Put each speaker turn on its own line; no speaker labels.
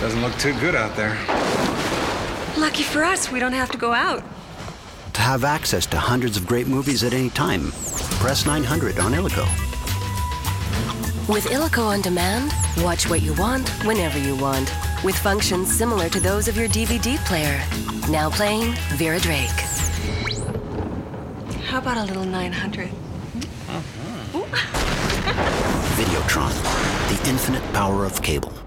Doesn't look too good out there.
Lucky for us, we don't have to go out.
To have access to hundreds of great movies at any time, press 900 on Illico.
With Illico On Demand, watch what you want, whenever you want, with functions similar to those of your DVD player. Now playing Vera Drake.
How about a little 900?
Videotron, the infinite power of cable.